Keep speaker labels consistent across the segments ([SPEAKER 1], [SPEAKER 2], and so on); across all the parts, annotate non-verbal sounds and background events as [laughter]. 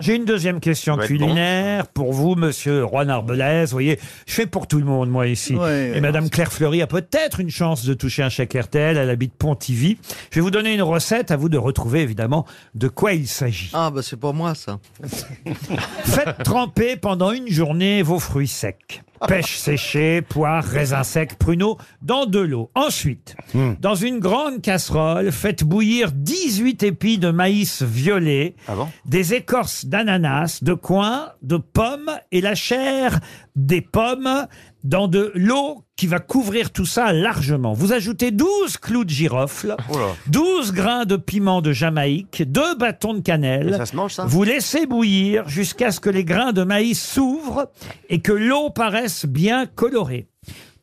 [SPEAKER 1] J'ai une deuxième question
[SPEAKER 2] va être
[SPEAKER 1] culinaire pour vous, monsieur Juan Arbelez. Vous voyez, je fais pour tout le monde, moi, ici.
[SPEAKER 3] Ouais,
[SPEAKER 1] Et
[SPEAKER 3] ouais,
[SPEAKER 1] madame Claire Fleury a peut-être une chance de toucher un chèque RTL. Elle habite Pontivy. Je vais vous donner une recette, à vous de retrouver, évidemment, de quoi il
[SPEAKER 3] [laughs]
[SPEAKER 1] s'agit.
[SPEAKER 3] Ah, bah c'est pour moi ça.
[SPEAKER 1] Faites tremper pendant une journée vos fruits secs.
[SPEAKER 3] Ah.
[SPEAKER 1] Pêche séchée, poires, raisins secs, pruneaux, dans de l'eau. Ensuite,
[SPEAKER 3] Hmm.
[SPEAKER 1] dans une grande casserole, faites bouillir 18 épis de maïs violet,
[SPEAKER 2] Ah bon
[SPEAKER 1] des écorces d'ananas, de coin, de pommes et la chair des pommes dans de l'eau qui va couvrir tout ça largement. Vous ajoutez 12 clous de girofle,
[SPEAKER 2] Oh là.
[SPEAKER 1] 12 grains de piment de Jamaïque, deux bâtons de cannelle.
[SPEAKER 2] Mais ça se mange, ça
[SPEAKER 1] Vous laissez bouillir jusqu'à ce que les grains de maïs s'ouvrent et que l'eau paraisse bien colorée.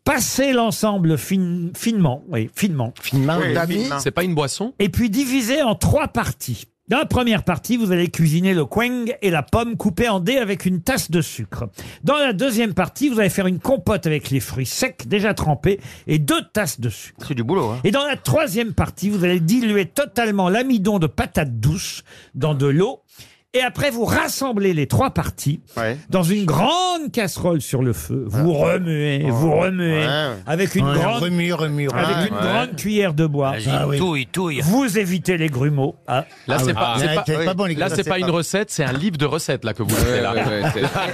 [SPEAKER 1] Passez l'ensemble fin- finement, oui, finement,
[SPEAKER 4] Finement.
[SPEAKER 2] Oui,
[SPEAKER 3] Dami
[SPEAKER 2] fine, hein.
[SPEAKER 4] Ah. C'est pas une boisson
[SPEAKER 1] et puis divisez en trois parties. Dans la première partie, vous allez cuisiner le queng et la pomme coupée en dés avec une tasse de sucre. Dans la deuxième partie, vous allez faire une compote avec les fruits secs déjà trempés et deux tasses de sucre.
[SPEAKER 2] C'est du boulot, hein.
[SPEAKER 1] Et dans la troisième partie, vous allez diluer totalement l'amidon de patate douce dans de l'eau. Et après, vous rassemblez les trois parties
[SPEAKER 2] Ouais.
[SPEAKER 1] dans une grande casserole sur le feu. Vous remuez, vous remuez,
[SPEAKER 2] Ah. Ouais.
[SPEAKER 1] avec une, grande,
[SPEAKER 4] Remue, remue, remue.
[SPEAKER 3] Ah,
[SPEAKER 1] avec une
[SPEAKER 2] ouais.
[SPEAKER 1] grande cuillère de bois.
[SPEAKER 4] Ah oui.
[SPEAKER 5] Touille, touille.
[SPEAKER 1] Vous évitez les grumeaux. Ah.
[SPEAKER 4] Là, c'est
[SPEAKER 6] Ah,
[SPEAKER 4] pas, c'est
[SPEAKER 6] ouais,
[SPEAKER 4] pas-
[SPEAKER 6] c'est pas bon, les
[SPEAKER 4] là,
[SPEAKER 6] gars.
[SPEAKER 4] c'est pas une recette, c'est un livre de recettes là que vous faites là.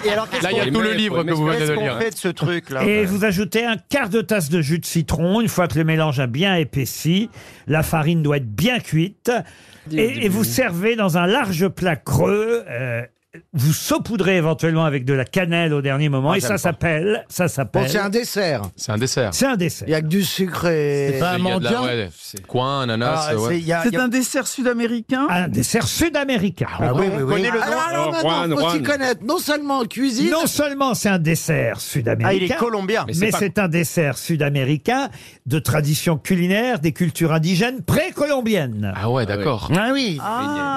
[SPEAKER 2] Et alors, qu'est-ce
[SPEAKER 4] Là, il y a tout le livre que vous venez de
[SPEAKER 2] qu'est-ce qu'on
[SPEAKER 4] lire.
[SPEAKER 2] fait de ce euh truc-là
[SPEAKER 1] Et vous ajoutez un quart de tasse de jus de citron. Une fois que le mélange a bien épaissi, la farine doit être bien cuite. Et, et vous servez dans un large plat creux. euh, vous saupoudrez éventuellement avec de la cannelle au dernier moment. et ça s'appelle, ça
[SPEAKER 3] Bon, c'est un
[SPEAKER 1] s'appelle.
[SPEAKER 3] dessert.
[SPEAKER 4] C'est un dessert.
[SPEAKER 1] C'est un
[SPEAKER 3] Il y
[SPEAKER 1] dessert.
[SPEAKER 3] a que du sucre et.
[SPEAKER 6] C'est pas un
[SPEAKER 4] Il y a de la-
[SPEAKER 6] mendiant
[SPEAKER 4] ouais, c'est- Coin, ananas.
[SPEAKER 2] Ah, c'est-
[SPEAKER 4] ouais.
[SPEAKER 2] il y a- il
[SPEAKER 7] C'est
[SPEAKER 2] y a-
[SPEAKER 7] un dessert sud-américain
[SPEAKER 1] Un dessert sud-américain.
[SPEAKER 3] Ah oui, oui,
[SPEAKER 2] On
[SPEAKER 3] oui.
[SPEAKER 2] connaît le nom.
[SPEAKER 3] Alors, alors
[SPEAKER 6] Oh,
[SPEAKER 3] maintenant,
[SPEAKER 6] Juan,
[SPEAKER 3] faut s'y
[SPEAKER 6] Juan.
[SPEAKER 3] connaître. Non seulement cuisine.
[SPEAKER 1] Non seulement c'est un dessert
[SPEAKER 2] Ah, il
[SPEAKER 1] sud-américain,
[SPEAKER 2] est colombien.
[SPEAKER 1] mais
[SPEAKER 4] pas-
[SPEAKER 1] c'est un dessert sud-américain de tradition culinaire des cultures indigènes précolombiennes.
[SPEAKER 4] Ah ouais, d'accord.
[SPEAKER 6] Ah oui.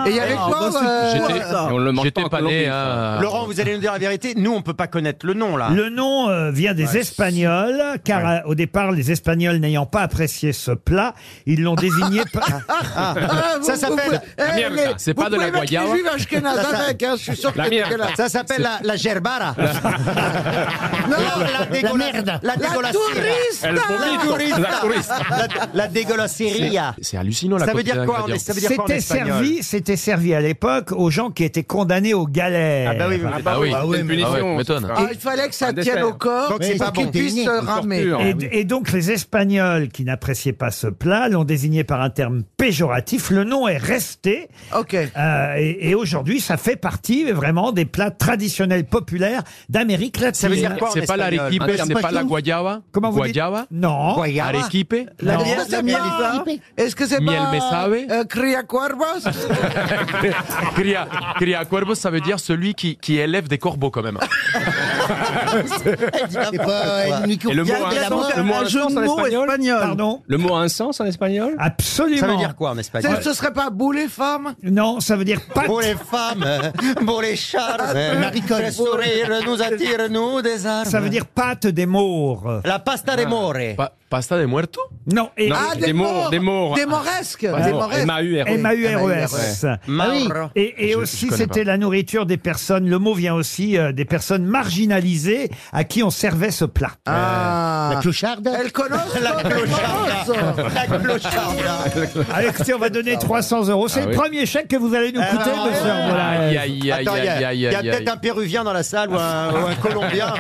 [SPEAKER 3] Et il y avait quoi euh,
[SPEAKER 4] J'étais-
[SPEAKER 7] ça.
[SPEAKER 6] on le
[SPEAKER 4] J'étais pas né. hein.
[SPEAKER 2] Laurent, vous allez nous dire la vérité. Nous, on peut pas connaître le nom, là.
[SPEAKER 1] Le nom euh, vient des Espagnols, car euh, au départ, les Espagnols n'ayant pas apprécié ce plat, ils l'ont
[SPEAKER 2] [laughs]
[SPEAKER 1] désigné par...
[SPEAKER 3] Ah, vous-
[SPEAKER 2] Ça
[SPEAKER 3] vous
[SPEAKER 2] s'appelle-
[SPEAKER 3] pouvez- Eh,
[SPEAKER 4] merde, ça.
[SPEAKER 3] les-
[SPEAKER 4] C'est
[SPEAKER 3] vous
[SPEAKER 4] pas de
[SPEAKER 3] pouvez
[SPEAKER 4] la
[SPEAKER 3] mettre
[SPEAKER 4] guayaba.
[SPEAKER 3] Les juifs ashkénazes avec, hein, je suis sûr que
[SPEAKER 4] La
[SPEAKER 3] c'est
[SPEAKER 4] merde.
[SPEAKER 3] dégueulasse.
[SPEAKER 2] Ça s'appelle la, la
[SPEAKER 3] [laughs]
[SPEAKER 2] gerbara.
[SPEAKER 3] Non,
[SPEAKER 2] la, dégola-
[SPEAKER 6] merde.
[SPEAKER 2] La
[SPEAKER 3] la
[SPEAKER 2] dégolasseria.
[SPEAKER 3] touriste
[SPEAKER 2] La touriste. La, la dégolasseria.
[SPEAKER 4] C'est hallucinant la
[SPEAKER 2] Ça veut
[SPEAKER 4] quantité
[SPEAKER 2] dire quoi en,
[SPEAKER 4] d'ingrédients.
[SPEAKER 2] ça veut dire quoi en
[SPEAKER 1] C'était
[SPEAKER 2] espagnol
[SPEAKER 1] servi, c'était servi à l'époque aux gens qui étaient condamnés aux galères.
[SPEAKER 2] Ah bah oui, oui, oui.
[SPEAKER 4] Ah oui,
[SPEAKER 6] Ah ouais,
[SPEAKER 4] une
[SPEAKER 6] mais- ah
[SPEAKER 4] punition.
[SPEAKER 6] ouais,
[SPEAKER 4] m'étonne.
[SPEAKER 3] Ah, il fallait que ça
[SPEAKER 6] Un
[SPEAKER 3] tienne
[SPEAKER 6] dessert.
[SPEAKER 3] au corps
[SPEAKER 2] Donc, c'est
[SPEAKER 3] et
[SPEAKER 2] pas
[SPEAKER 3] qu'il
[SPEAKER 2] bon.
[SPEAKER 3] puisse euh, ramer.
[SPEAKER 6] torture.
[SPEAKER 2] Ah,
[SPEAKER 1] Et, et donc les Espagnols qui n'appréciaient pas ce plat l'ont désigné par un terme péjoratif. Le nom est resté
[SPEAKER 3] Ok.
[SPEAKER 1] euh, et, et aujourd'hui ça fait partie vraiment des plats traditionnels populaires d'Amérique latine.
[SPEAKER 2] Ça veut dire quoi en
[SPEAKER 4] C'est pas la
[SPEAKER 2] espagnol
[SPEAKER 4] l'arequipe,
[SPEAKER 6] Un
[SPEAKER 4] c'est pas la
[SPEAKER 6] champignon.
[SPEAKER 4] guayaba.
[SPEAKER 1] Comment vous
[SPEAKER 4] Guayaba.
[SPEAKER 1] dites Non.
[SPEAKER 2] Guayaba.
[SPEAKER 4] Arequipe.
[SPEAKER 3] La
[SPEAKER 1] Non.
[SPEAKER 3] miel,
[SPEAKER 1] Ça,
[SPEAKER 3] la miel Est-ce que c'est pas
[SPEAKER 4] Miel me sabe
[SPEAKER 3] euh, Cria Cuervos
[SPEAKER 4] [laughs] Cria, cria cuervos, ça veut dire celui qui, qui élève des corbeaux quand même.
[SPEAKER 6] C'est pas une
[SPEAKER 5] Et le
[SPEAKER 6] Il y a-
[SPEAKER 5] mot a
[SPEAKER 6] il y a
[SPEAKER 5] un
[SPEAKER 6] donc
[SPEAKER 5] sens,
[SPEAKER 6] un-
[SPEAKER 5] le mot a
[SPEAKER 7] Un
[SPEAKER 5] un
[SPEAKER 7] jeu
[SPEAKER 5] sens
[SPEAKER 7] de
[SPEAKER 5] en
[SPEAKER 7] mots
[SPEAKER 5] espagnol
[SPEAKER 7] espagnol.
[SPEAKER 1] Pardon.
[SPEAKER 5] Le mot a un sens en espagnol
[SPEAKER 1] Absolument.
[SPEAKER 2] Ça veut dire quoi en
[SPEAKER 3] Ce-
[SPEAKER 2] espagnol
[SPEAKER 3] Ce serait pas boulet femme
[SPEAKER 1] Non, ça veut dire pâte.
[SPEAKER 2] Pour Oh, les femmes, [laughs] pour les charmes,
[SPEAKER 6] Maricole.
[SPEAKER 2] le sourire nous attire, nous des armes.
[SPEAKER 1] Ça veut dire pâte des morts.
[SPEAKER 2] La pasta de more.
[SPEAKER 4] Pa- pasta de muerto
[SPEAKER 1] Non, et
[SPEAKER 5] Non.
[SPEAKER 3] Ah,
[SPEAKER 5] Des morts, des morts.
[SPEAKER 3] Des moresques
[SPEAKER 5] Pas
[SPEAKER 3] Des
[SPEAKER 5] mort.
[SPEAKER 3] moresques
[SPEAKER 5] M-A-U-R-O.
[SPEAKER 1] M-A-U-R-O-S.
[SPEAKER 2] Marre.
[SPEAKER 1] E Et, et
[SPEAKER 4] Je-
[SPEAKER 1] aussi,
[SPEAKER 4] je connais
[SPEAKER 1] c'était la nourriture des personnes. Le mot vient aussi euh, des personnes marginalisées à qui on servait ce plat.
[SPEAKER 3] Ah
[SPEAKER 6] La clocharde
[SPEAKER 3] Elle connaît
[SPEAKER 2] La clocharde. La clocharde.
[SPEAKER 1] Ah, écoutez, on va donner 300 euros. C'est
[SPEAKER 4] Ah
[SPEAKER 1] le
[SPEAKER 4] oui.
[SPEAKER 1] premier chèque que vous allez nous coûter,
[SPEAKER 2] ouais,
[SPEAKER 1] monsieur.
[SPEAKER 2] ouais.
[SPEAKER 1] Arbolin.
[SPEAKER 4] Aïe, aïe, aïe,
[SPEAKER 2] Attends, il y
[SPEAKER 4] aïe,
[SPEAKER 2] a, il
[SPEAKER 4] aïe,
[SPEAKER 2] y a
[SPEAKER 4] aïe,
[SPEAKER 2] peut-être un
[SPEAKER 4] aïe.
[SPEAKER 2] Péruvien dans la salle ou un, ou un Colombien.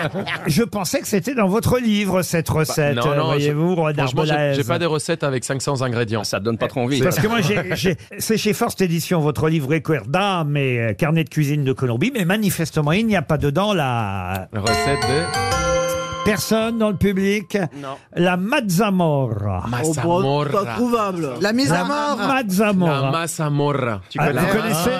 [SPEAKER 1] Je pensais que c'était dans votre livre, cette recette,
[SPEAKER 4] Bah, non,
[SPEAKER 1] euh,
[SPEAKER 4] non,
[SPEAKER 1] voyez-vous, Roi
[SPEAKER 4] Franchement, j'ai j'ai
[SPEAKER 1] d'Arbolaise.
[SPEAKER 4] pas des recettes avec 500 ingrédients.
[SPEAKER 5] Ça donne pas trop envie.
[SPEAKER 1] Parce que moi, j'ai-
[SPEAKER 4] [laughs]
[SPEAKER 1] j'ai- c'est chez Forst Édition, votre livre Recuerda, mais euh, carnet de cuisine de Colombie, mais manifestement, il n'y a pas dedans la
[SPEAKER 4] La Recette de
[SPEAKER 1] personne dans le public,
[SPEAKER 2] Non.
[SPEAKER 1] la mazzamorra.
[SPEAKER 3] Oh,
[SPEAKER 4] Massamorra.
[SPEAKER 7] Pas trouvable.
[SPEAKER 3] La mise à
[SPEAKER 1] La
[SPEAKER 3] mort
[SPEAKER 4] La
[SPEAKER 1] mazzamorra.
[SPEAKER 4] massamorra.
[SPEAKER 2] Tu
[SPEAKER 1] Ah,
[SPEAKER 2] connais
[SPEAKER 1] vous
[SPEAKER 2] hein
[SPEAKER 1] connaissez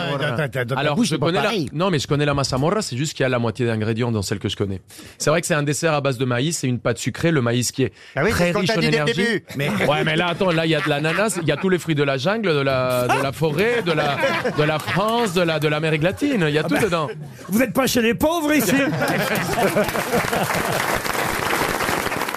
[SPEAKER 4] Alors, je connais la... Non, mais je connais la massamorra, c'est juste qu'il y a la moitié d'ingrédients dans celle que je connais. C'est vrai que c'est un dessert à base de maïs et une pâte sucrée, le maïs qui est
[SPEAKER 2] Ah oui, c'est
[SPEAKER 4] très
[SPEAKER 2] ce qu'on
[SPEAKER 4] riche
[SPEAKER 2] t'a
[SPEAKER 4] en
[SPEAKER 2] dit dès le
[SPEAKER 4] énergie.
[SPEAKER 2] début. [laughs]
[SPEAKER 4] Mais... Ouais, mais là, attends, là, il y a de l'ananas, il y a tous les fruits de la jungle, de la, de la forêt, de la, de la France, de la, de l'Amérique latine, il y a
[SPEAKER 2] Ah bah,
[SPEAKER 4] tout dedans.
[SPEAKER 1] Vous n'êtes pas chez les pauvres ici